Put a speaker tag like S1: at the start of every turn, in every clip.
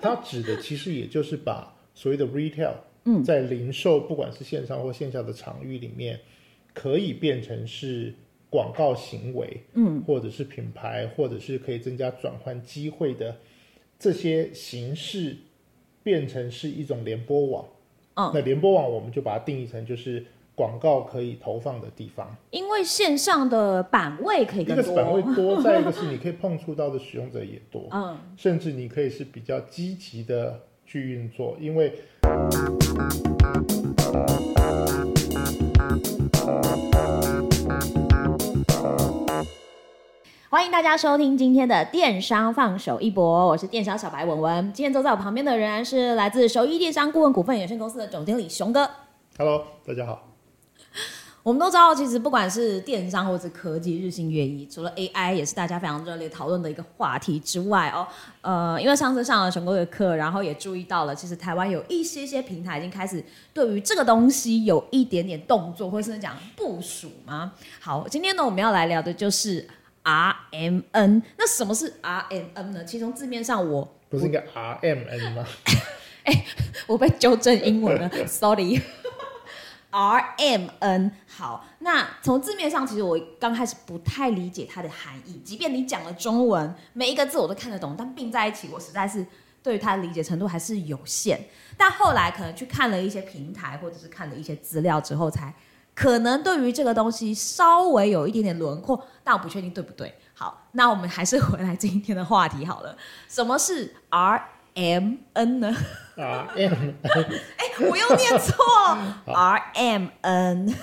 S1: 它指的其实也就是把所谓的 retail，嗯，在零售不管是线上或线下的场域里面，可以变成是广告行为，嗯，或者是品牌，或者是可以增加转换机会的这些形式，变成是一种联播网。
S2: 嗯，
S1: 那联播网我们就把它定义成就是广告可以投放的地方。
S2: 因为线上的版位可以
S1: 一
S2: 更
S1: 个是版位
S2: 多，
S1: 多，再一个是你可以碰触到的使用者也多。
S2: 嗯，
S1: 甚至你可以是比较积极的去运作，因为
S2: 欢迎大家收听今天的电商放手一搏，我是电商小白文文。今天坐在我旁边的仍然是来自首一电商顾问股份有限公司的总经理熊哥。
S1: Hello，大家好，
S2: 我们都知道，其实不管是电商或者科技，日新月异。除了 AI，也是大家非常热烈讨论的一个话题之外，哦，呃，因为上次上了熊哥的课，然后也注意到了，其实台湾有一些些平台已经开始对于这个东西有一点点动作，或是讲部署嘛。好，今天呢，我们要来聊的就是 RMN。那什么是 RMN 呢？其实从字面上我
S1: 不是应该 RMN 吗？
S2: 我被纠正英文了，sorry。R M N，好，那从字面上，其实我刚开始不太理解它的含义。即便你讲了中文，每一个字我都看得懂，但并在一起，我实在是对于它的理解程度还是有限。但后来可能去看了一些平台，或者是看了一些资料之后，才可能对于这个东西稍微有一点点轮廓，但我不确定对不对。好，那我们还是回来今天的话题好了。什么是 R M N 呢？
S1: RMN
S2: 哎、我又念错 ，R M N。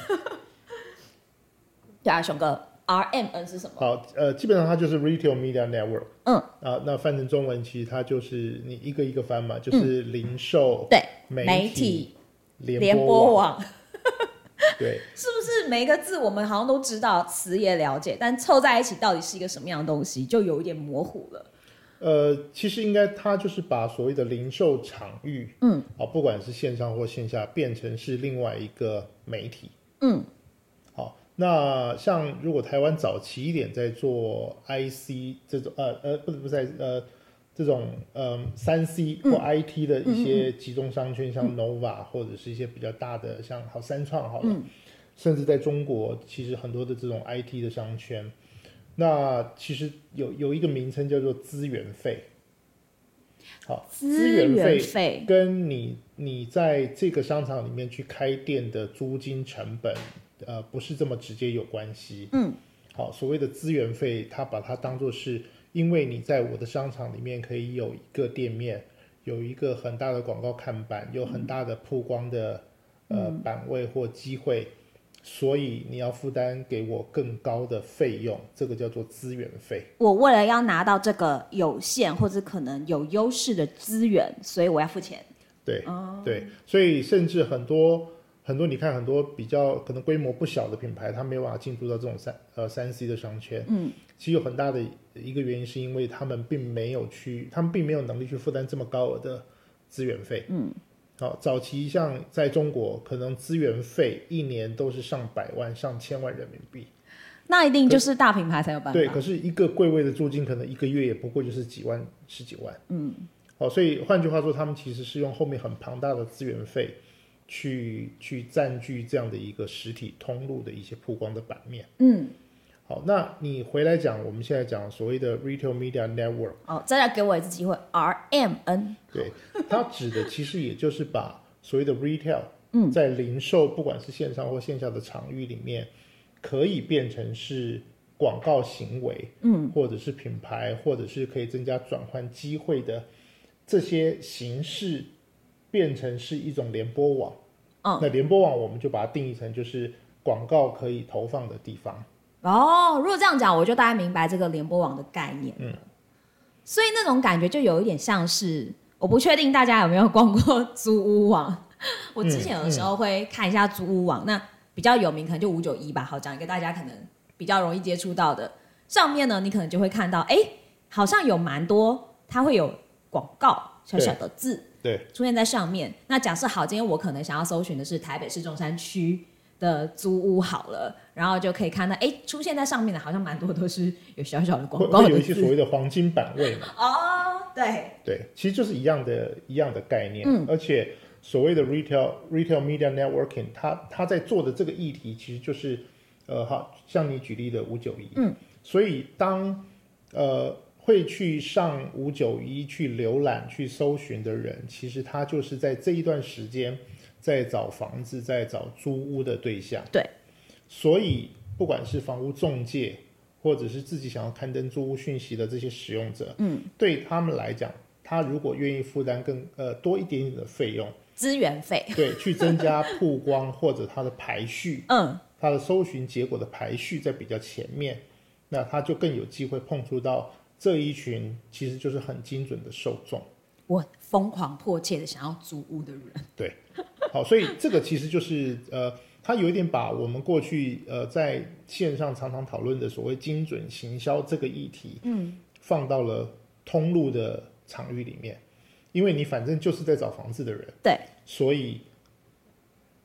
S2: 对啊，熊哥，R M N 是什么？
S1: 好，呃，基本上它就是 Retail Media Network
S2: 嗯，
S1: 啊，那翻成中文其实它就是你一个一个翻嘛，就是零售、
S2: 嗯对，
S1: 媒
S2: 媒
S1: 体
S2: 体
S1: 联
S2: 联播
S1: 网，
S2: 网
S1: 对，
S2: 是不是每一个字我们好像都知道，词也了解，但凑在一起到底是一个什么样的东西，就有一点模糊了。
S1: 呃，其实应该它就是把所谓的零售场域，嗯，啊，不管是线上或线下，变成是另外一个媒体，
S2: 嗯，
S1: 好，那像如果台湾早期一点在做 IC 这种，呃呃，不是不是在呃这种呃三 C 或 IT 的一些集中商圈，像 Nova 或者是一些比较大的，像好三创好了，甚至在中国，其实很多的这种 IT 的商圈，那其实有有一个名称叫做资源费。好，资源费
S2: 费，
S1: 跟你你在这个商场里面去开店的租金成本，呃，不是这么直接有关系。
S2: 嗯，
S1: 好，所谓的资源费，它把它当做是，因为你在我的商场里面可以有一个店面，有一个很大的广告看板，有很大的曝光的、呃版位或机会，所以你要负担给我更高的费用，这个叫做资源费。
S2: 我为了要拿到这个有限或者可能有优势的资源，所以我要付钱。
S1: 对，
S2: 哦，
S1: 对，所以甚至很多很多，你看很多比较可能规模不小的品牌，它没有办法进驻到这种三呃三 C 的商圈。
S2: 嗯，
S1: 其实有很大的一个原因是因为他们并没有去，他们并没有能力去负担这么高额的资源费。
S2: 嗯，
S1: 好，早期像在中国，可能资源费一年都是上百万、上千万人民币。
S2: 那一定就是大品牌才有办法。
S1: 对，可是一个柜位的租金可能一个月也不过就是几万、十几万。
S2: 嗯，
S1: 好，所以换句话说，他们其实是用后面很庞大的资源费去去占据这样的一个实体通路的一些曝光的版面。
S2: 嗯，
S1: 好，那你回来讲，我们现在讲所谓的 retail media network，
S2: 哦，再来给我一次机会，R M N。
S1: 对，它指的其实也就是把所谓的 retail，嗯，在零售不管是线上或线下的场域里面，可以变成是广告行为，嗯，或者是品牌，或者是可以增加转换机会的这些形式，变成是一种联播网。
S2: 嗯
S1: 那联播网我们就把它定义成就是广告可以投放的地方。
S2: 哦，如果这样讲，我就大概明白这个联播网的概念。嗯，所以那种感觉就有一点像是，我不确定大家有没有逛过租屋网。 我之前有的时候会看一下租屋网，那比较有名可能就五九一吧，好讲一个大家可能比较容易接触到的。上面呢，你可能就会看到，哎，好像有蛮多，它会有广告小小的字，
S1: 对，
S2: 出现在上面。那假设好，今天我可能想要搜寻的是台北市中山区的租屋好了，然后就可以看到，哎，出现在上面的好像蛮多都是有小小的
S1: 会
S2: 广告
S1: 会有
S2: 的
S1: 一些所
S2: 字。
S1: 谓的黄金版位嘛。
S2: 哦，对，
S1: 对，其实就是一样的一样的概念，
S2: 嗯
S1: 而且所谓的 retail retail media networking，它它在做的这个议题其实就是，呃，好像你举例的五九一，
S2: 嗯，
S1: 所以当呃会去上五九一去浏览去搜寻的人，其实他就是在这一段时间在找房子，在找租屋的对象，
S2: 对，
S1: 所以不管是房屋中介。或者是自己想要刊登租屋讯息的这些使用者，对他们来讲，他如果愿意负担更呃多一点点的费用，
S2: 资源费，
S1: 对，去增加曝光或者它的排序，
S2: 嗯，
S1: 它的搜寻结果的排序在比较前面，那他就更有机会碰触到这一群其实就是很精准的受众。
S2: 我疯狂迫切的想要租屋的人，
S1: 对，好，所以这个其实就是呃，它有一点把我们过去呃在线上常常讨论的所谓精准行销这个议题，嗯，放到了通路的场域里面，因为你反正就是在找房子的人，
S2: 对，
S1: 所以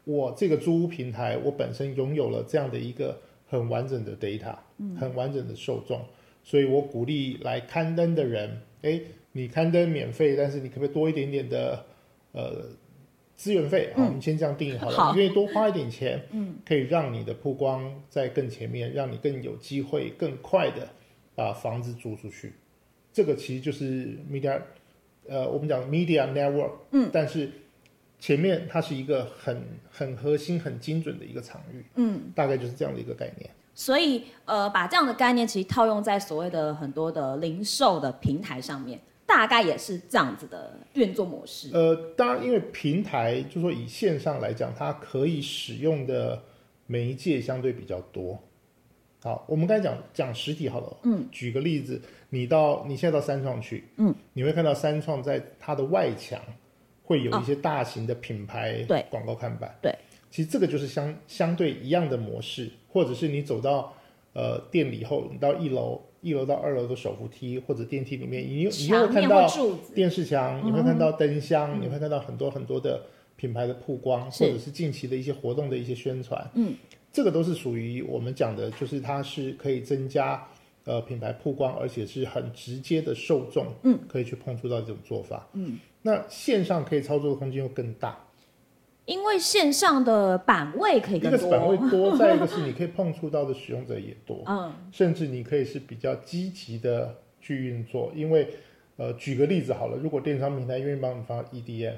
S1: 我这个租屋平台，我本身拥有了这样的一个很完整的 data，、很完整的受众，所以我鼓励来刊登的人，哎，你刊登免费，但是你可不可以多一点点的呃资源费？好，我们先这样定义好了，
S2: 好
S1: 你愿意多花一点钱，嗯，可以让你的曝光在更前面，让你更有机会、更快的把房子租出去。这个其实就是 media，呃，我们讲 media network，嗯，但是前面它是一个很很核心、很精准的一个场域，嗯，大概就是这样的一个概念。
S2: 所以呃，把这样的概念其实套用在所谓的很多的零售的平台上面，大概也是这样子的运作模式。
S1: 呃，当然，因为平台就说以线上来讲，它可以使用的媒介相对比较多。好，我们刚才讲讲实体好了，嗯，举个例子，你到你现在到三创去，嗯，你会看到三创在它的外墙会有一些大型的品牌
S2: 啊对
S1: 广告看板，
S2: 对
S1: 其实这个就是相相对一样的模式，或者是你走到呃店里后，你到一楼，一楼到二楼的手扶梯或者电梯里面，你又你又会
S2: 墙
S1: 看
S2: 面
S1: 到
S2: 或柱子，哦嗯
S1: 电视墙，你会看到灯箱，你会看到很多很多的品牌的曝光，
S2: 是
S1: 或者是近期的一些活动的一些宣传，嗯，这个都是属于我们讲的，就是它是可以增加呃品牌曝光，而且是很直接的受众，嗯，可以去碰触到这种做法，嗯，那线上可以操作的空间又更大，
S2: 因为线上的版位可以
S1: 一
S2: 更
S1: 个是版位
S2: 多，
S1: 多，再一个是你可以碰触到的使用者也多，
S2: 嗯，
S1: 甚至你可以是比较积极的去运作，因为呃，举个例子好了，如果电商平台愿意帮你发 EDM，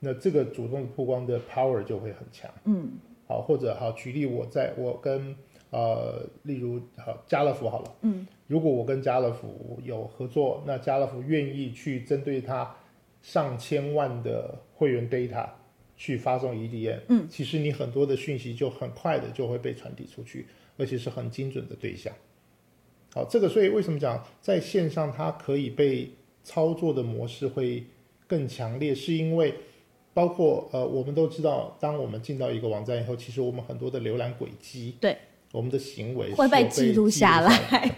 S1: 那这个主动曝光的 power 就会很强。嗯，好，或者好，举例我在我跟呃，例如好家乐福好了，嗯，如果我跟家乐福有合作，那家乐福愿意去针对它上千万的会员 data。去发送 EDM，嗯，其实你很多的讯息就很快的就会被传递出去，而且是很精准的对象。好，这个所以为什么讲在线上它可以被操作的模式会更强烈，是因为包括呃，我们都知道，当我们进到一个网站以后，其实我们很多的浏览轨迹，
S2: 对，
S1: 我们的行为是
S2: 会
S1: 有
S2: 被
S1: 被
S2: 记录
S1: 下
S2: 下来
S1: 的。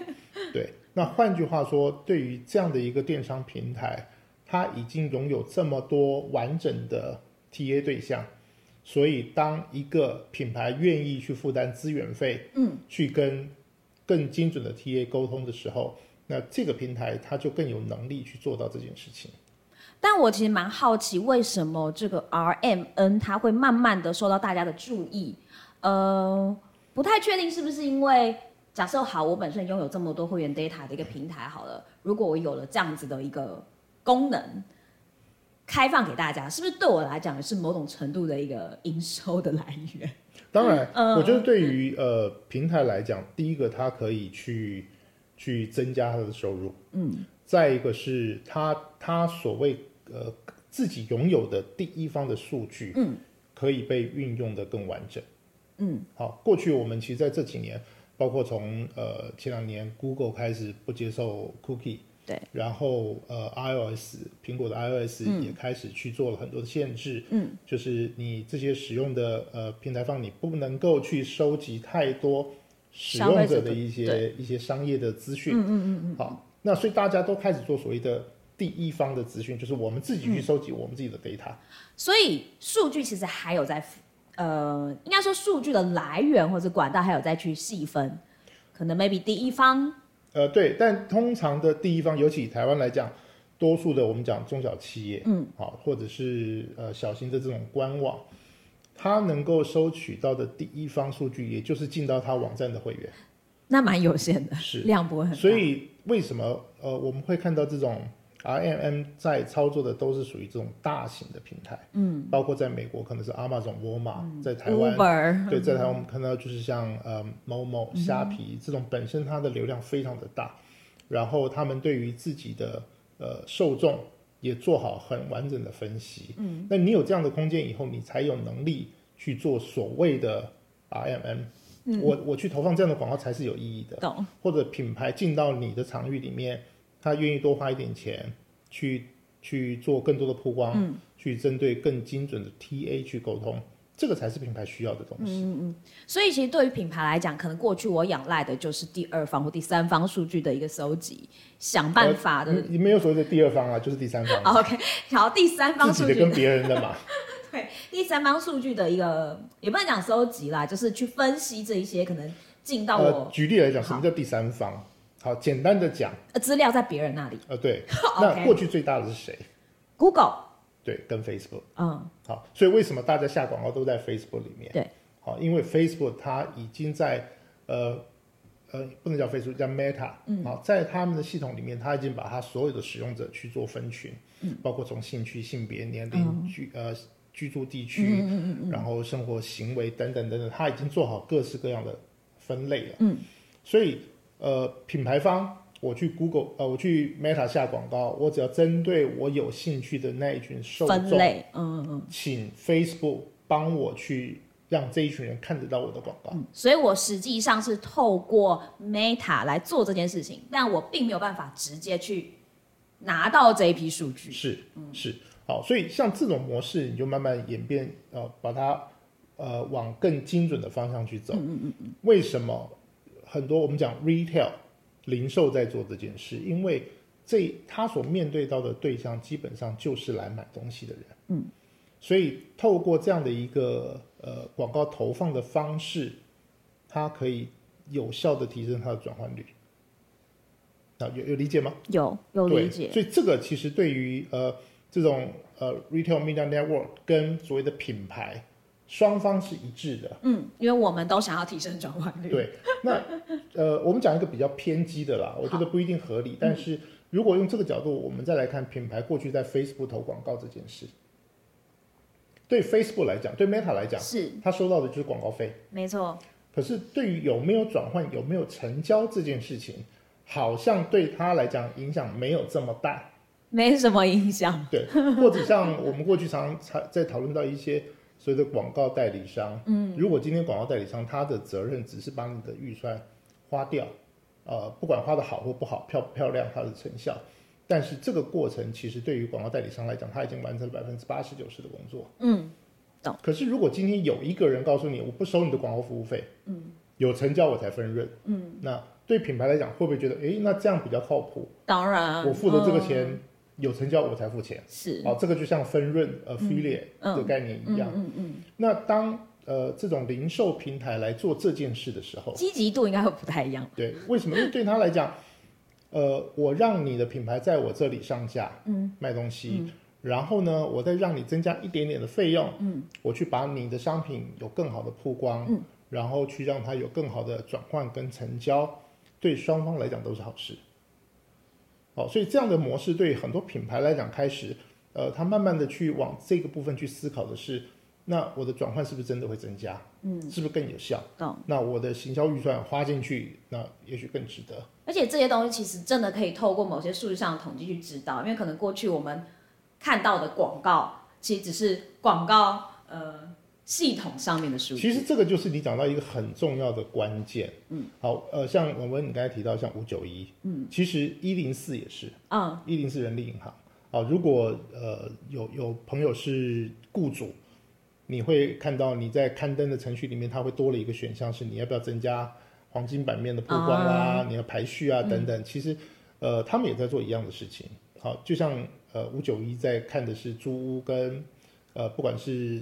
S1: 对，那换句话说，对于这样的一个电商平台，它已经拥有这么多完整的 TA 对象，所以当一个品牌愿意去负担资源费，嗯，去跟更精准的 TA 沟通的时候，那这个平台它就更有能力去做到这件事情。
S2: 但我其实蛮好奇，为什么这个 RMN 它会慢慢的受到大家的注意？呃，不太确定是不是因为假设好，我本身拥有这么多会员 data 的一个平台好了，如果我有了这样子的一个功能。开放给大家，是不是对我来讲也是某种程度的一个营收的来源？
S1: 当然，
S2: 嗯
S1: 我觉得对于呃平台来讲，第一个它可以去去增加它的收入，嗯，再一个是它它所谓呃自己拥有的第一方的数据，嗯，可以被运用的更完整，嗯，好，过去我们其实在这几年，包括从呃前两年 Google 开始不接受 cookie。
S2: 对，
S1: 然后呃，iOS 苹果的 iOS 也开始去做了很多的限制，嗯，就是你这些使用的呃平台方，你不能够去收集太多使
S2: 消费
S1: 用
S2: 者
S1: 者
S2: 的
S1: 的一些
S2: 对
S1: 一些商业的资讯，嗯嗯嗯，好，那所以大家都开始做所谓的第一方的资讯，就是我们自己去收集我们自己的 data，、
S2: 所以数据其实还有在，呃，应该说数据的来源或者管道还有再去细分，可能 maybe 第一方
S1: 呃，对，但通常的第一方，尤其以台湾来讲，多数的我们讲中小企业，
S2: 嗯，
S1: 好，或者是呃小型的这种官网，它能够收取到的第一方数据，也就是进到它网站的会员。
S2: 那蛮有限的，
S1: 是
S2: 量不会很大。
S1: 所以为什么呃我们会看到这种 RMM 在操作的都是属于这种大型的平台，嗯，包括在美国可能是 Amazon、沃尔玛，
S2: 嗯
S1: 在台湾
S2: Uber
S1: 对，在台湾我们看到就是像呃某某、虾皮这种本身它的流量非常的大，然后他们对于自己的呃受众也做好很完整的分析。嗯，那你有这样的空间以后，你才有能力去做所谓的 RMM。嗯、我我去投放这样的广告才是有意义的，
S2: 懂
S1: 或者品牌进到你的场域里面，他愿意多花一点钱去去做更多的曝光，去针对更精准的 TA 去沟通，这个才是品牌需要的东西。
S2: 嗯所以其实对于品牌来讲，可能过去我仰赖的就是第二方或第三方数据的一个搜集，想办法的。
S1: 呃你没有所谓的第二方啊，就是第三方，
S2: 好 OK，好，第三方
S1: 自
S2: 数
S1: 己的
S2: 据
S1: 跟别人的嘛。
S2: 对第三方数据的一个也不能讲收集啦，就是去分析这一些可能进 到
S1: 呃，
S2: 我
S1: 举例来讲，
S2: 好
S1: 什么叫第三方？好，简单的讲，
S2: 呃资料在别人那里。，
S1: 呃，对 那
S2: OK
S1: 过去最大的是谁？
S2: Google，
S1: 对，跟 Facebook。
S2: 嗯，
S1: 好，所以为什么大家下广告都在 Facebook 里面？
S2: 对，
S1: 好，因为 Facebook 它已经在呃呃不能叫 Facebook 叫 Meta，嗯，好，在他们的系统里面，它已经把它所有的使用者去做分群，嗯，包括从兴趣、性别、年龄、居呃居住地区，嗯嗯嗯，然后生活行为等等等等，它已经做好各式各样的分类了，嗯，所以呃品牌方。我去 Google，呃，我去 Meta 下广告，我只要针对我有兴趣的那一群受
S2: 分
S1: 众，
S2: 类，嗯嗯嗯
S1: 请 Facebook 帮我去让这一群人看得到我的广告。
S2: 嗯，所以我实际上是透过 Meta 来做这件事情，但我并没有办法直接去拿到这一批数据。
S1: 是是，好，所以像这种模式，你就慢慢演变，呃，把它呃往更精准的方向去走。嗯嗯嗯。为什么很多我们讲 retail 零售在做这件事？因为这他所面对到的对象基本上就是来买东西的人。嗯。所以透过这样的一个呃广告投放的方式，它可以有效的提升它的转换率。啊，有有理解吗？
S2: 有有
S1: 对，
S2: 理解，
S1: 所以这个其实对于呃这种呃 retail media network 跟所谓的品牌双方是一致的。
S2: 嗯，因为我们都想要提升转换率。
S1: 对，那呃我们讲一个比较偏激的啦，我觉得不一定合理，但是如果用这个角度，我们再来看品牌过去在 Facebook 投广告这件事。对 Facebook 来讲，对 Meta 来讲，
S2: 是
S1: 他收到的就是广告费。
S2: 没错，
S1: 可是对于有没有转换、有没有成交这件事情，好像对他来讲影响没有这么大。
S2: 没什么影响。
S1: 对， 或者像我们过去常常在讨论到一些所谓的广告代理商，嗯，如果今天广告代理商他的责任只是把你的预算花掉，呃，不管花的好或不好，漂不漂亮，它的成效，但是这个过程其实对于广告代理商来讲，他已经完成了百分之八十九十的工作。
S2: 嗯，
S1: 可是如果今天有一个人告诉你，我不收你的广告服务费，嗯，有成交我才分润，嗯，那对品牌来讲，会不会觉得，诶，那这样比较靠谱？
S2: 当然，
S1: 我付的这个
S2: 嗯
S1: 钱、有成交我才付钱。
S2: 是，
S1: 哦，这个就像分润呃 affiliate
S2: 嗯
S1: 的概念一样。
S2: 嗯嗯，
S1: 那当呃这种零售平台来做这件事的时候，
S2: 积极度应该会不太一样。
S1: 对，为什么？因为对他来讲，呃，我让你的品牌在我这里上架，嗯，卖东西，然后呢，我再让你增加一点点的费用，嗯，我去把你的商品有更好的曝光，嗯，然后去让它有更好的转换跟成交，对双方来讲都是好事。哦，所以这样的模式对很多品牌来讲，开始，呃，它慢慢的去往这个部分去思考的是，那我的转换是不是真的会增加？嗯，是不是更有效？
S2: 懂。
S1: 那我的行销预算花进去，那也许更值得。
S2: 而且这些东西其实真的可以透过某些数据上的统计去知道，因为可能过去我们看到的广告，其实只是广告呃系统上面的数
S1: 其
S2: 据。
S1: 实这个就是你讲到一个很重要的关键。嗯，好，呃，像文文你刚才提到，像五九一，嗯，其实一零四也是，
S2: 嗯，
S1: 一零四人力银行。好，如果呃有有朋友是雇主，你会看到你在刊登的程序里面，它会多了一个选项是你要不要增加黄金版面的曝光啦、啊你要排序啊等
S2: 嗯
S1: 等。其实呃他们也在做一样的事情。好，就像呃五九一在看的是租屋跟呃不管是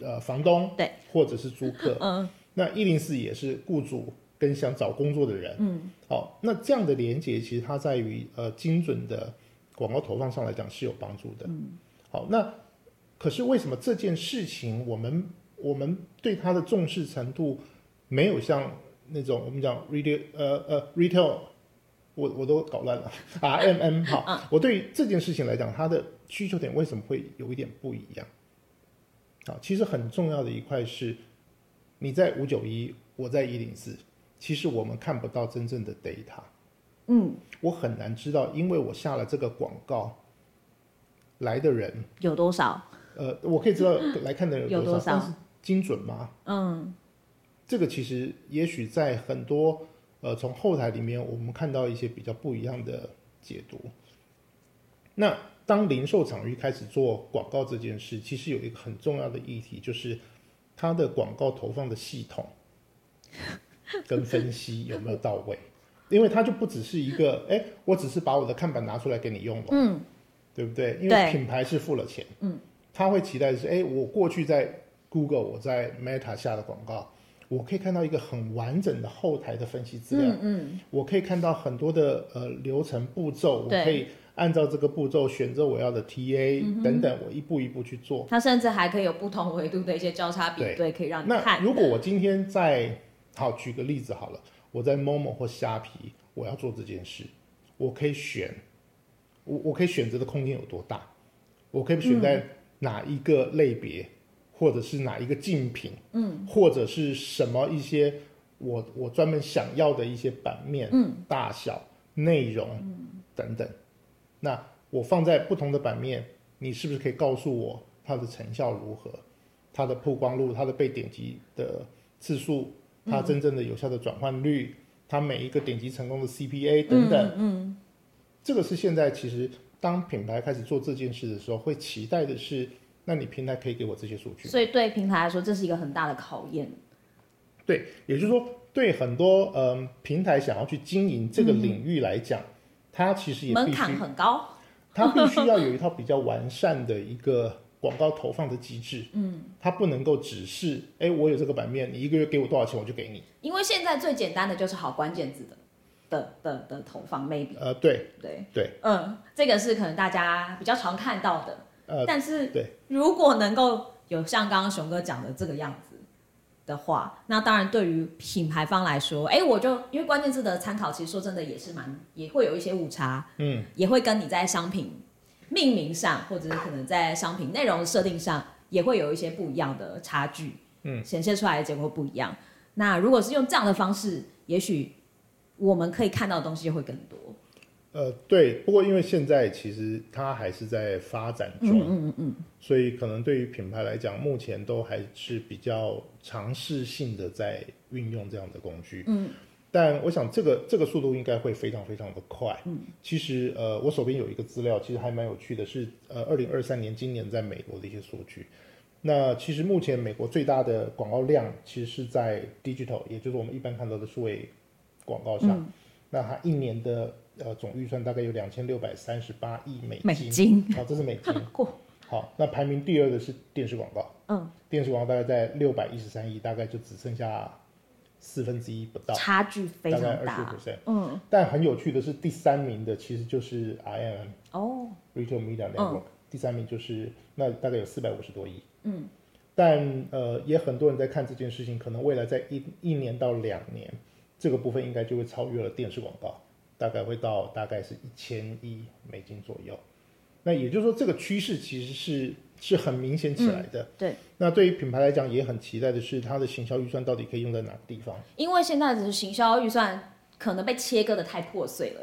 S1: 呃房东
S2: 对
S1: 或者是租客，
S2: 嗯，
S1: 那一零四也是雇主跟想找工作的人，嗯，好，那这样的连接其实它在于呃精准的广告投放上来讲是有帮助的。嗯，好，那可是为什么这件事情我们我们对它的重视程度没有像那种我们讲 retail 呃呃 retail，我我都搞乱了 R M M 好，我对于这件事情来讲，它的需求点为什么会有一点不一样？好，其实很重要的一块是，你在五九一，我在一零四，其实我们看不到真正的 data。
S2: 嗯，
S1: 我很难知道，因为我下了这个广告，来的人，
S2: 有多少？
S1: 呃，我可以知道来看的人
S2: 有
S1: 多
S2: 多少
S1: 但是精准吗？
S2: 嗯
S1: 这个其实也许在很多呃从后台里面，我们看到一些比较不一样的解读。那当零售场域开始做广告这件事，其实有一个很重要的议题，就是它的广告投放的系 统跟分析有没有到位，因为它就不只是一个，哎，我只是把我的看板拿出来给你用了，
S2: 嗯，
S1: 对不对？因为
S2: 对
S1: 品牌是付了钱，
S2: 嗯，
S1: 他会期待的是，哎，我过去在 Google、我在 Meta 下的广告，我可以看到一个很完整的后台的分析资料，
S2: 嗯嗯，
S1: 我可以看到很多的呃流程步骤，我
S2: 对嗯
S1: 可以按照这个步骤选择我要的 TA、等等，我一步一步去做。
S2: 它甚至还可以有不同维度的一些交叉比对，可以让你
S1: 那
S2: 看。
S1: 如果我今天在好举个例子好了，我在 Momo 或虾皮，我要做这件事，我可以选，我我可以选择的空间有多大，我可以选
S2: 嗯
S1: 在哪一个类别，或者是哪一个竞品，嗯，或者是什么一些我我专门想要的一些版面，
S2: 嗯，
S1: 大小、内容、等等。那我放在不同的版面，你是不是可以告诉我它的成效如何？它的曝光率、它的被点击的次数、它
S2: 嗯
S1: 真正的有效的转换率、它每一个点击成功的 CPA 等等，
S2: 嗯嗯，
S1: 这个是现在其实当品牌开始做这件事的时候，会期待的是，那你平台可以给我这些数据。
S2: 所以对平台来说，这是一个很大的考验。
S1: 对，也就是说，对很多嗯、平台想要去经营这个领域来讲，它其实也
S2: 嗯门
S1: 必须
S2: 槛很高。
S1: 它必须要有一套比较完善的一个广告投放的机制。嗯，它不能够只是，哎，我有这个版面，你一个月给我多少钱我就给你。
S2: 因为现在最简单的就是好关键字的的的的投放，maybe
S1: 呃，对
S2: 对
S1: 对，
S2: 嗯，这个是可能大家比较常看到的，
S1: 呃，
S2: 但是
S1: 对
S2: 如果能够有像刚刚熊哥讲的这个样子的话，那当然对于品牌方来说，哎，我就因为关键字的参考，其实说真的也是蛮也会有一些误差，
S1: 嗯，
S2: 也会跟你在商品命名上，或者是可能在商品内容设定上，也会有一些不一样的差距，
S1: 嗯，
S2: 显现出来的结果不一样。那如果是用这样的方式，也许我们可以看到的东西就会更多。
S1: 呃，对。不过因为现在其实它还是在发展中，
S2: 嗯嗯嗯，
S1: 所以可能对于品牌来讲，目前都还是比较尝试性的在运用这样的工具。
S2: 嗯，
S1: 但我想这个这个速度应该会非常非常的快。嗯，其实呃，我手边有一个资料，其实还蛮有趣的是，呃，二零二三年今年在美国的一些数据。那其实目前美国最大的广告量其实是在 digital，也就是我们一般看到的数位广告上。
S2: 嗯
S1: 那它一年的呃总预算大概有两千六百三十八亿美金。
S2: 美金
S1: 啊，这是美金。
S2: 过，
S1: 好，那排名第二的是电视广告，
S2: 嗯，
S1: 电视广告大概在六百一十三亿，大概就只剩下四分之一不到，
S2: 差距非
S1: 大
S2: 常
S1: 概二十
S2: 大。
S1: percent。
S2: 嗯，
S1: 但很有趣的是，第三名的其实就是 IM
S2: 哦，
S1: Retail Media Network，、第三名就是那大概有四百五十多亿。
S2: 嗯，
S1: 但呃，也很多人在看这件事情，可能未来在一一年到两年，这个部分应该就会超越了电视广告，大概会到大概是一千亿美金左右。那也就是说，这个趋势其实是是很明显起来的。
S2: 对，
S1: 那对于品牌来讲，也很期待的是，它的行销预算到底可以用在哪个地方？
S2: 因为现在的行销预算可能被切割的太破碎了，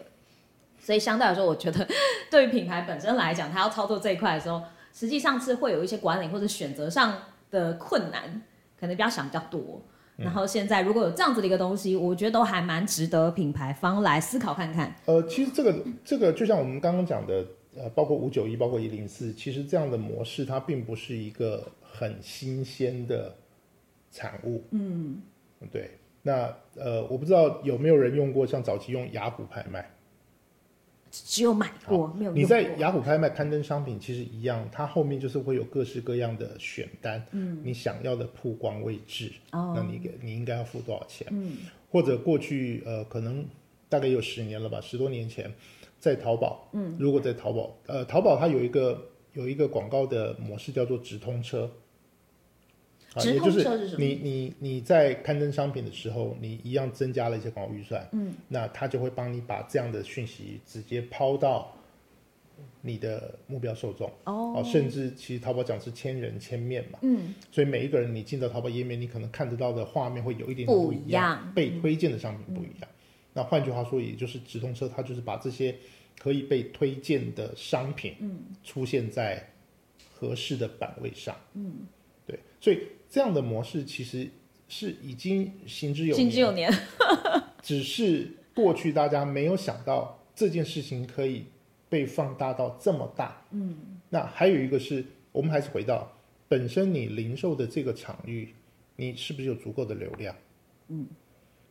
S2: 所以相对来说，我觉得对于品牌本身来讲，它要操作这一块的时候，实际上是会有一些管理或者选择上的困难，可能比较想比较多。然后现在如果有这样子的一个东西，我觉得都还蛮值得品牌方来思考看看。
S1: 呃，其实这个这个就像我们刚刚讲的，呃，包括五九一，包括一零四，其实这样的模式它并不是一个很新鲜的产物。嗯，对。那呃，我不知道有没有人用过像早期用雅虎拍卖，
S2: 只有买过没有
S1: 你
S2: 用
S1: 在
S2: 过，
S1: 雅虎拍卖刊登商品，其实一样，它后面就是会有各式各样的选单，嗯，你想要的曝光位置，
S2: 哦
S1: 那你给你应该要付多少钱？
S2: 嗯，
S1: 或者过去呃，可能大概有十年了吧，十多年前，在淘宝，嗯，如果在淘宝，呃，淘宝它有一个有一个广告的模式叫做直通车，啊，
S2: 直
S1: 也
S2: 通
S1: 就是
S2: 车是什么
S1: 你你你在刊登商品的时候，你一样增加了一些广告预算，嗯，那它就会帮你把这样的讯息直接抛到你的目标受众，
S2: 哦，
S1: 甚至其实淘宝讲是千人千面嘛，
S2: 嗯，
S1: 所以每一个人你进到淘宝页面，你可能看得到的画面会有一点点
S2: 不
S1: 一嗯
S2: 一样
S1: 被推荐的商品不一样。那换句话说，也就是直通车，它就是把这些可以被推荐的商品，嗯，出现在合适的版位上，嗯，对，所以这样的模式其实是已经行之有
S2: 行
S1: 年，
S2: 之有年，
S1: 只是过去大家没有想到这件事情可以被放大到这么大。嗯，那还有一个是我们还是回到本身你零售的这个场域，你是不是有足够的流量？嗯，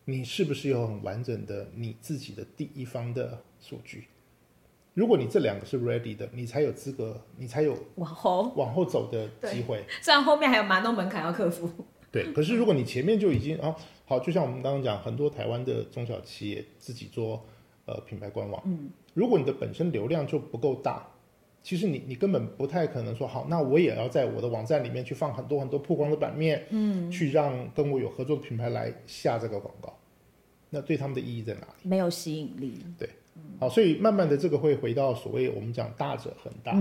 S1: 你是不是有很完整的你自己的第一方的数据？如果你这两个是 ready 的，你才有资格，你才有
S2: 往后，
S1: 往后走的机会。
S2: 虽然后面还有蛮多门槛要克服，
S1: 对，可是如果你前面就已经啊，好，就像我们刚刚讲，很多台湾的中小企业自己做呃品牌官网，嗯，如果你的本身流量就不够大，其实你你根本不太可能说好，那我也要在我的网站里面去放很多很多曝光的版面，嗯，去让跟我有合作的品牌来下这个广告，那对他们的意义在哪里？
S2: 没有吸引力，
S1: 好，所以慢慢的这个会回到所谓我们讲大者恒大，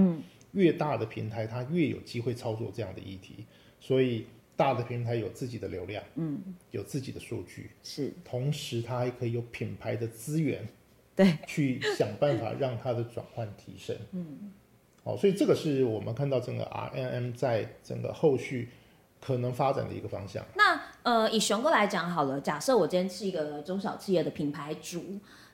S1: 越大的平台它越有机会操作这样的议题，所以大的平台有自己的流量，嗯，有自己的数据，
S2: 是
S1: 同时它还可以有品牌的资源
S2: 对，
S1: 去想办法让它的转换提升，嗯，好，所以这个是我们看到整个 RNM 在整个后续可能发展的一个方向。
S2: 那呃，以熊哥来讲好了，假设我今天是一个中小企业的品牌主，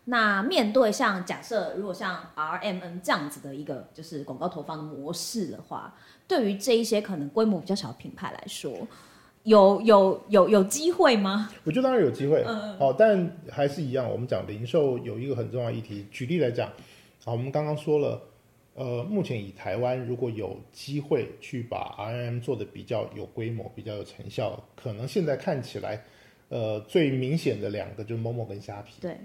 S2: 那面对像假设如果像 R M N 这样子的一个就是广告投放的模式的话，对于这一些可能规模比较小的品牌来说，有有有有机会吗？
S1: 我觉得当然有机会，好、但还是一样，我们讲零售有一个很重要的议题。举例来讲，好，我们刚刚说了，呃，目前以台湾如果有机会去把 RM 做的比较有规模、比较有成效，可能现在看起来，呃，最明显的两个就是 Momo 跟虾皮。
S2: 对，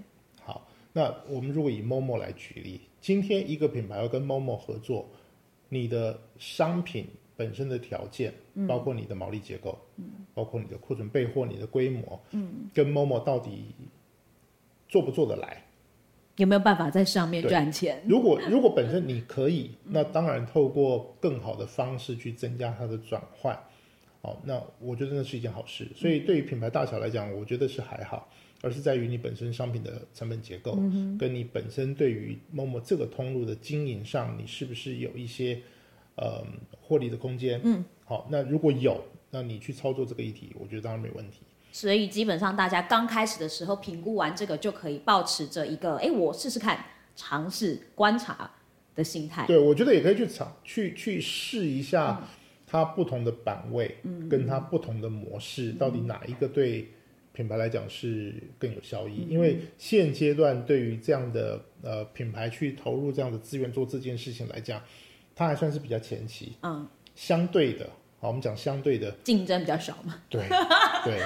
S1: 好，那我们如果以 Momo 来举例，今天一个品牌要跟 Momo 合作，你的商品本身的条件，包括你的毛利结构，包括你的库存备货、你的规模，嗯，跟 Momo 到底做不做得来？
S2: 有没有办法在上面
S1: 对
S2: 赚钱？
S1: 如果如果本身你可以，那当然透过更好的方式去增加它的转换，哦，那我觉得那是一件好事。所以对于品牌大小来讲，我觉得是还好，而是在于你本身商品的成本结构，跟你本身对于某某这个通路的经营上，你是不是有一些呃获利的空间？嗯，好，那如果有，那你去操作这个议题，我觉得当然没问题。
S2: 所以基本上大家刚开始的时候评估完这个，就可以保持着一个哎、诶我试试看、尝试、观察的心态。嗯
S1: 对，我觉得也可以去尝去去试一下它不同的版位，跟它不同的模式，到底哪一个对品牌来讲是更有效
S2: 嗯
S1: 益？因为现阶段对于这样的呃品牌去投入这样的资源做这件事情来讲，它还算是比较前期，
S2: 嗯，
S1: 相对的，好，我们讲相对的，
S2: 竞争比较少嘛。
S1: 对对，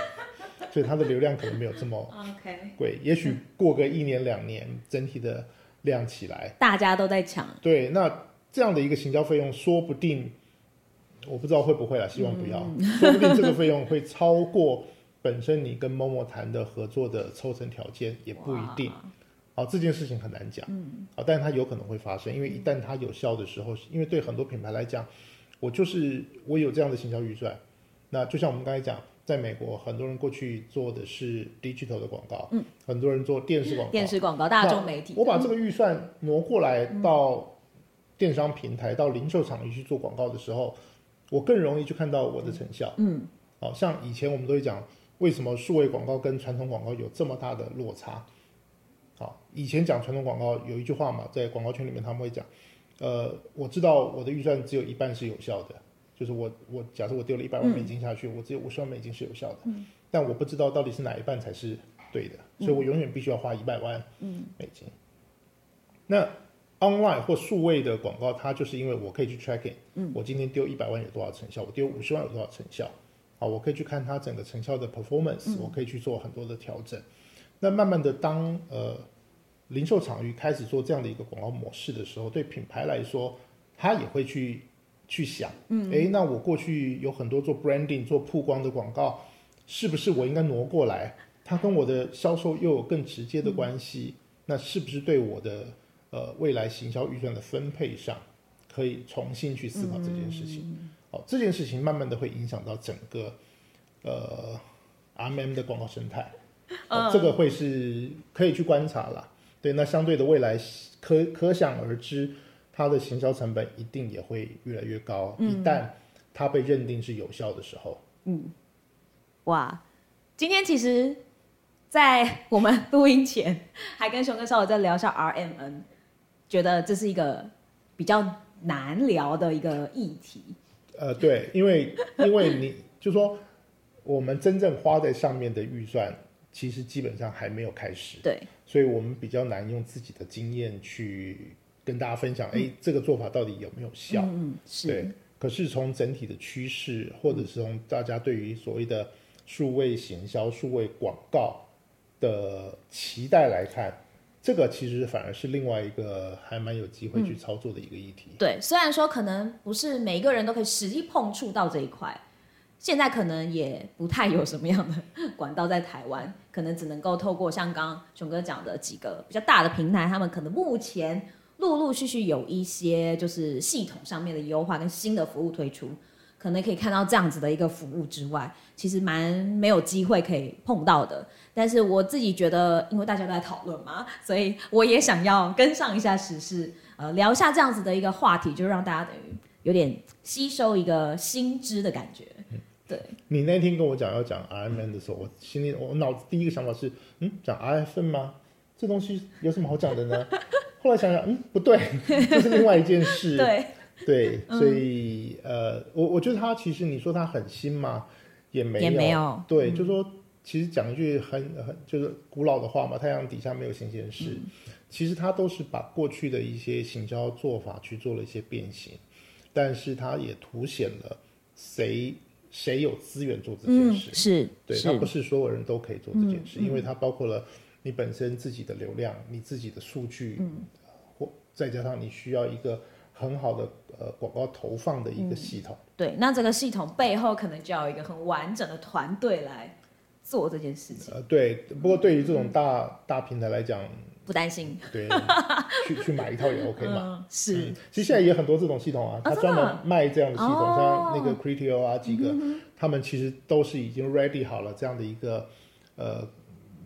S1: 所以它的流量可能没有这么
S2: OK，
S1: 贵，也许过个一年两年，整体的量起来。
S2: 大家都在抢。
S1: 对，那这样的一个行销费用，说不定我不知道会不会啦，希望不要，说不定这个费用会超过本身你跟某某谈的合作的抽成条件，也不一定。
S2: 哇。
S1: 好，这件事情很难讲，嗯，好，但是它有可能会发生，因为一旦它有效的时候，因为对很多品牌来讲，我就是我有这样的行销预算，那就像我们刚才讲，在美国很多人过去做的是 digital 的广告，嗯，很多人做电视广告，
S2: 电视广告、大众媒体
S1: 我，把这个预算挪过来到电商平台、到零售场域去做广告的时候，我更容易去看到我的成效。嗯，好、像以前我们都会讲，为什么数位广告跟传统广告有这么大的落差？好、以前讲传统广告有一句话嘛，在广告圈里面他们会讲，呃，我知道我的预算只有一半是有效的，就是我我假设我丢了一百万美金下去，
S2: 嗯
S1: 我只有五十万美金是有效的，但我不知道到底是哪一半才是对的，所以
S2: 嗯
S1: 我永远必须要花一百万美金。那 online 或数位的广告，它就是因为我可以去 tracking，嗯，我今天丢一百万有多少成效，我丢五十万有多少成效，好，我可以去看它整个嗯成效的 performance，、我可以去做很多的调整。那慢慢的当，呃零售场域开始做这样的一个广告模式的时候，对品牌来说，他也会去去想，嗯，诶，那我过去有很多做 branding、做曝光的广告，是不是我应该挪过来？它跟我的销售又有更直接的关系，那是不是对我的呃未来行销预算的分配上，可以重新去思考这件事情？哦，这件事情慢慢的会影响到整个呃 R M 的广告生态。哦，这个会是可以去观察啦。对，那相对的未来可可想而知，它的行销成本一定也会越来越高。一旦它被认定是有效的时候，
S2: 哇，今天其实，在我们录音前，还跟熊哥稍微在聊一下 RMN，觉得这是一个比较难聊的一个议题。
S1: 呃，对，因为因为你就说我们真正花在上面的预算，其实基本上还没有开始，
S2: 对，
S1: 所以我们比较难用自己的经验去跟大家分享，哎、这个做法到底有没有效？
S2: 嗯，
S1: 对
S2: 是，，
S1: 可是从整体的趋势，或者是从大家对于所谓的数位行销、数位广告的期待来看，这个其实反而是另外一个还蛮有机
S2: 嗯
S1: 会去操作的一个议题。
S2: 对。虽然说可能不是每一个人都可以实际碰触到这一块，现在可能也不太有什么样的管道在台湾，可能只能够透过像刚刚熊哥讲的几个比较大的平台，他们可能目前陆陆续续有一些就是系统上面的优化跟新的服务推出，可能可以看到这样子的一个服务之外，其实蛮没有机会可以碰到的。但是我自己觉得，因为大家都在讨论嘛，所以我也想要跟上一下时事，呃，聊一下这样子的一个话题，就让大家等于有点吸收一个新知的感觉。对，
S1: 你那天跟我讲要讲 RMN 的时候，我心里我脑子第一个想法是，嗯，讲 RFN 吗？这东西有什么好讲的 呢？后来想想，嗯，不对，这是另外一件事。
S2: 对，嗯
S1: 对，所以、呃，我我觉得它其实你说它很新嘛，也没
S2: 也没有
S1: 对，就说其实讲一句很很就是古老的话嘛，太阳底下没有新鲜事。其实它都是把过去的一些行销做法去做了一些变形，但是它也凸显了谁谁有资源做这件
S2: 嗯，
S1: 事。
S2: 是，
S1: 对，它不是所有人都可以做这件事，因为它包括了你本身自己的流量、你自己的数据，呃或再加上你需要一个很好的呃广告投放的一个系统。
S2: 对。那这个系统背后可能就要有一个很完整的团队来做这件事情，
S1: 呃，对。不过对于这种大、大平台来讲，
S2: 不担心。
S1: 对，去去买一套也 OK 嘛。
S2: 嗯，是，
S1: 嗯其实现在也有很多这种系统啊，它
S2: 真的
S1: 专门卖这样的系统，
S2: 哦嗯
S1: 像那个 Critio 啊几个，他们其实都是已经 ready 好了这样的一个呃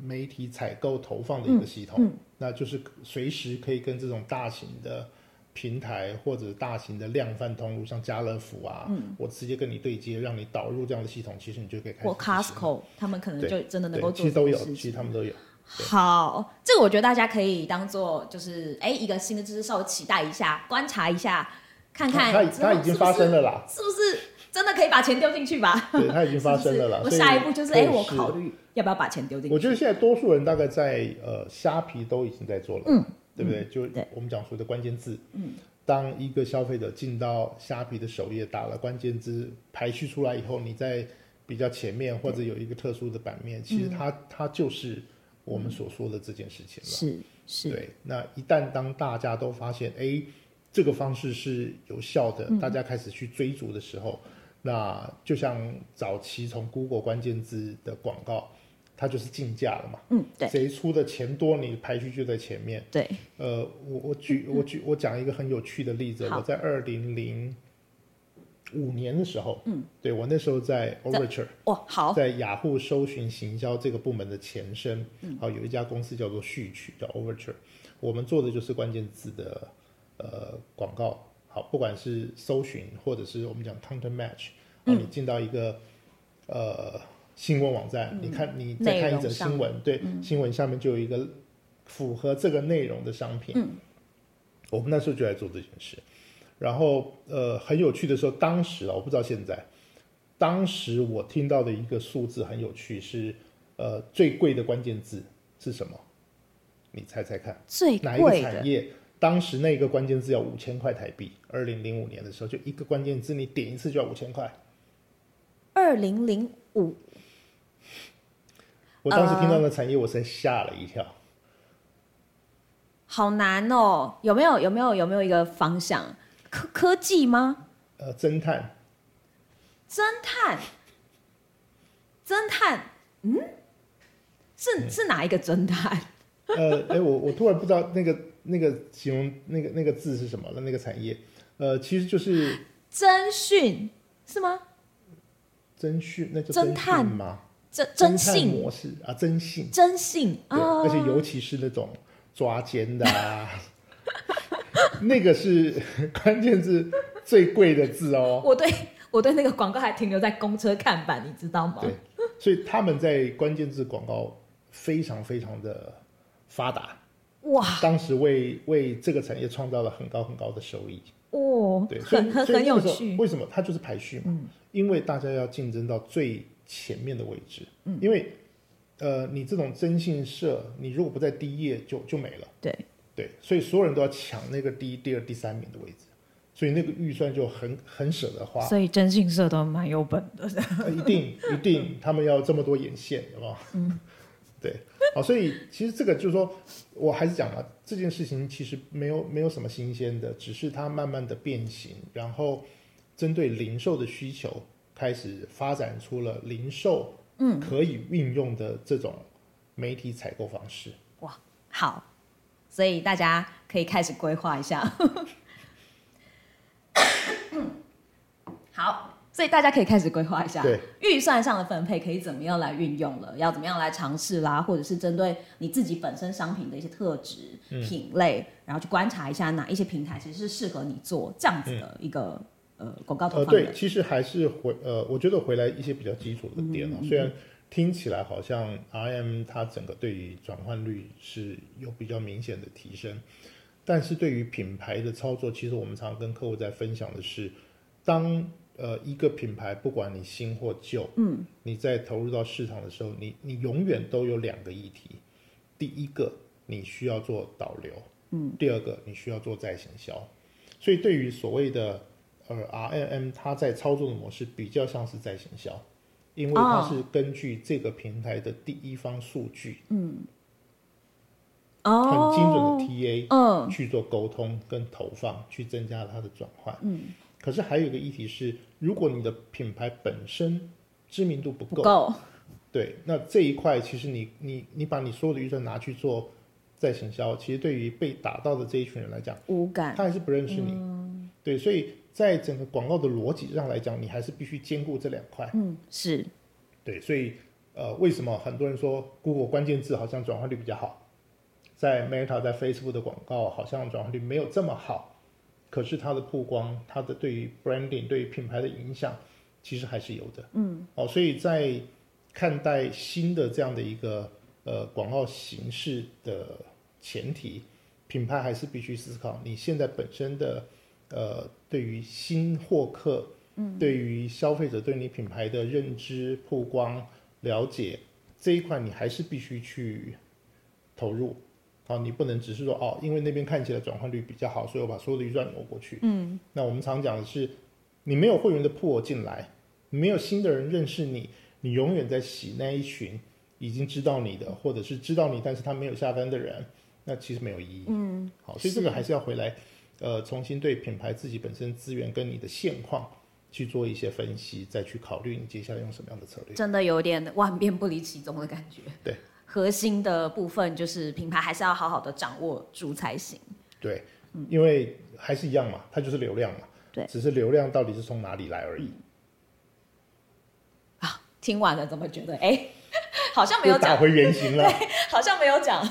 S1: 媒体采购投放的一个
S2: 嗯
S1: 系统，那就是随时可以跟这种大型的平台或者大型的量贩通路，像家乐福啊，
S2: 嗯
S1: 我直接跟你对接，让你导入这样的系统，其实你就可以开始
S2: 或
S1: 执行
S2: Costco 他们可能
S1: 对
S2: 就真的能
S1: 对
S2: 够
S1: 其
S2: 做
S1: 实
S2: 这
S1: 都
S2: 件
S1: 有，
S2: 事情。
S1: 其实他们都有。
S2: 好，这个我觉得大家可以当做就是哎一个新的知识，稍微期待一下，观察一下，看看
S1: 它它
S2: 之后
S1: 它已经发生了啦，
S2: 是不是，是不是真的可以把钱丢进 去吧？
S1: 对，它已经发生了啦。
S2: 是不
S1: 所
S2: 是
S1: 以
S2: 我下一步就是
S1: 可以
S2: 哎，我
S1: 试
S2: 考虑要不要把钱丢进去。
S1: 我觉得现在多数人大概在呃虾皮都已经在做了，
S2: 嗯，
S1: 对不对？就
S2: 对
S1: 我们讲说的关键字，嗯，当一个消费者进到虾皮的首页，打了关键字排序出来以后，你在比较前面或者有一个特殊的版面，其实它
S2: 嗯
S1: 它就是我们所说的这件事情了。
S2: 是是，
S1: 对，那一旦当大家都发现，哎，这个方式是有效的，
S2: 嗯
S1: 大家开始去追逐的时候，那就像早期从 Google 关键字的广告，它就是竞价了嘛，
S2: 嗯，对
S1: 谁出的钱多，你排序就在前面。
S2: 对，
S1: 呃，我我举我举我讲一个很有趣的例子，
S2: 嗯好
S1: 我在二零零五年的时候，嗯，对我那时候在 Overture。
S2: 哇，好，
S1: 在雅虎搜寻行销这个部门的前身，好、有一家公司叫做序曲，叫 Overture，我们做的就是关键字的呃广告，好，不管是搜寻或者是我们讲 content match，啊，你进到一个呃新闻网站，你看你再看一则新闻，对，新闻下面就有一个符合这个内容的商品，我们那时候就在做这件事。然后，呃，很有趣的时候，当时啊，我不知道现在，当时我听到的一个数字很有趣是，呃，最贵的关键字是什么？你猜猜看，
S2: 最
S1: 哪一个
S2: 哎贵
S1: 产
S2: 的
S1: 业？当时那个关键字要五千块台币，二零零五年的时候，就一个关键字你点一次就要五千块。
S2: 二零零五哦
S1: 我当时听到那产业，我真吓了一跳。
S2: 好难哦，有没有有没有有没有一个方向？科科技吗？
S1: 呃，侦探，
S2: 侦探，侦探，嗯，
S1: 嗯
S2: 是是哪一个侦探？
S1: 呃，哎，我我突然不知道那个那个形容那个那个字是什么了，那个产业，呃，其实就是
S2: 侦讯是吗？
S1: 侦讯，那就
S2: 侦探
S1: 嘛，
S2: 侦
S1: 侦
S2: 侦
S1: 探
S2: 信，
S1: 模式啊，征信，
S2: 侦信
S1: 对，
S2: 啊
S1: 而，且尤其是那种抓奸的啊， 那个是 关键字最贵的字哦。
S2: 我对 我对那个广告还停留在公车看板，你知道吗？
S1: 对，所以他们在关键字广告非常非常的发达，
S2: 哇
S1: 当时为为这个产业创造了很高很高的收益。
S2: 哦
S1: 对，，所以
S2: 很很
S1: 所以
S2: 很
S1: 那
S2: 有
S1: 个时候
S2: 趣，嗯
S1: 为什么它就是排序嘛？因为大家要竞争到最前面的位置。嗯，因为呃，你这种征信社，你如果不在第一页就就没了。
S2: 对，
S1: 对，所以所有人都要抢那个第一、第二、第三名的位置，所以那个预算就很很舍得花，
S3: 所以征信社都蛮有本的。
S1: 呃一定一定，他们要这么多眼线，有没有？嗯， 对，好，所以其实这个就是说，我还是讲了这件事情其实没有没有什么新鲜的，只是它慢慢的变形，然后针对零售的需求开始发展出了零售嗯可以运用的这种媒体采购方式。
S2: 哇，好，所以大家可以开始规划一下。好，所以大家可以开始规划一下，
S1: 对
S2: 预算上的分配可以怎么样来运用了，要怎么样来尝试啦，或者是针对你自己本身商品的一些特质、
S1: 嗯
S2: 品类，然后去观察一下哪一些平台其实是适合你做这样子的一个、呃广告投
S1: 呃，
S2: 放的。
S1: 对，其实还是回呃，我觉得回来一些比较基础的点
S2: 嗯
S1: 哦，虽然听起来好像 RM 它整个对于转换率是有比较明显的提升，但是对于品牌的操作，其实我们常跟客户在分享的是，当呃一个品牌不管你新或旧，嗯，你在投入到市场的时候，你你永远都有两个议题，第一个你需要做导流，嗯，第二个你需要做再行销，所以对于所谓的呃 RMM，它在操作的模式比较像是在行销，因为它
S2: 哦
S1: 是根据这个平台的第一方数据，
S2: 哦，
S1: 哦很精准的 TA，、
S2: 嗯，
S1: 去做沟通跟投放，去增加它的转换。嗯，可是还有一个议题是，如果你的品牌本身知名度不
S2: 不
S1: 够，
S2: 够，
S1: 对，那这一块其实你你你把你所有的预算拿去做再行销，其实对于被打到的这一群人来讲，
S2: 无感，
S1: 他还是不认识你。对，所以在整个广告的逻辑上来讲，你还是必须兼顾这两块。
S2: 嗯，是
S1: 对，所以呃，为什么很多人说 Google 关键字好像转化率比较好，在 Meta 在 Facebook 的广告好像转化率没有这么好，可是它的曝光，它的对于 branding 对于品牌的影响，其实还是有的。嗯，哦，所以在看待新的这样的一个呃广告形式的前提，品牌还是必须思考你现在本身的呃对于新获客对于消费者对你品牌的认知、曝光、了解这一块，你还是必须去投入。啊，你不能只是说哦，因为那边看起来转换率比较好，所以我把所有的预算挪过去。嗯，那我们常讲的是，你没有会员的 pool 进来，没有新的人认识你，你永远在洗那一群已经知道你的，或者是知道你但是他没有下单的人，那其实没有意义。嗯，好，所以这个还是要回来，呃，重新对品牌自己本身资源跟你的现况去做一些分析，再去考虑你接下来用什么样的策略。
S2: 真的有点万变不离其宗的感觉。
S1: 对，
S2: 核心的部分就是品牌还是要好好的掌握住才行。
S1: 对，因为还是一样嘛，它就是流量嘛。
S2: 对
S1: 只是流量到底是从哪里来而已。
S2: 听完了怎么觉得？哎、 好像没
S1: 又
S2: 有
S1: 打
S2: 讲，
S1: 回原 形了。
S2: 好像没有讲。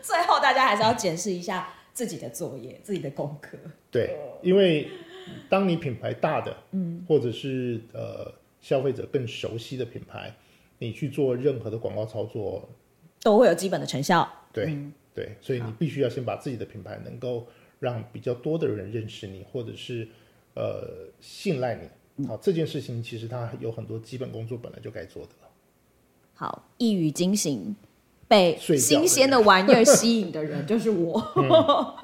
S2: 最后大家还是要检视一下自己的作业、自己的功课。
S1: 对，因为当你品牌大的，嗯，或者是呃消费者更熟悉的品牌，你去做任何的广告操作，
S2: 都会有基本的成效。
S1: 对、对，所以你必须要先把自己的品牌能够让比较多的人认识你，或者是呃信赖你。好，这件事情其实它有很多基本工作本来就该做的了。
S2: 好，一语惊醒被
S1: 睡觉的
S2: 新
S1: 人嗯
S2: 鲜的玩意儿吸引的 人就是我。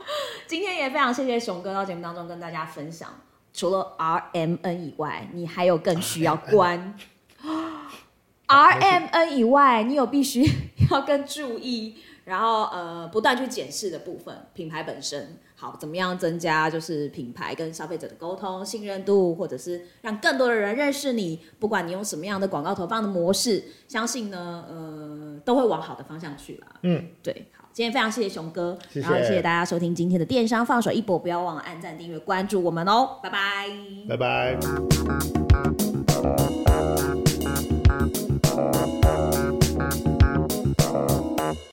S2: 今天也非常谢谢熊哥到节目当中跟大家分享，除了 RMN 以外，你还有更需要关。RMN 以外，你有必须要更注意然后呃，不断去检视的部分，品牌本身好怎么样增加就是品牌跟消费者的沟通信任度，或者是让更多的人认识你。不管你用什么样的广告投放的模式，相信呢，呃，都会往好的方向去啦。
S1: 嗯，
S2: 对，好，今天非常谢谢熊哥，
S1: 谢谢
S2: 然后也谢谢大家收听今天的电嗯商放手一搏，不要忘了按赞、订阅、关注我们哦，拜拜。
S1: 拜拜。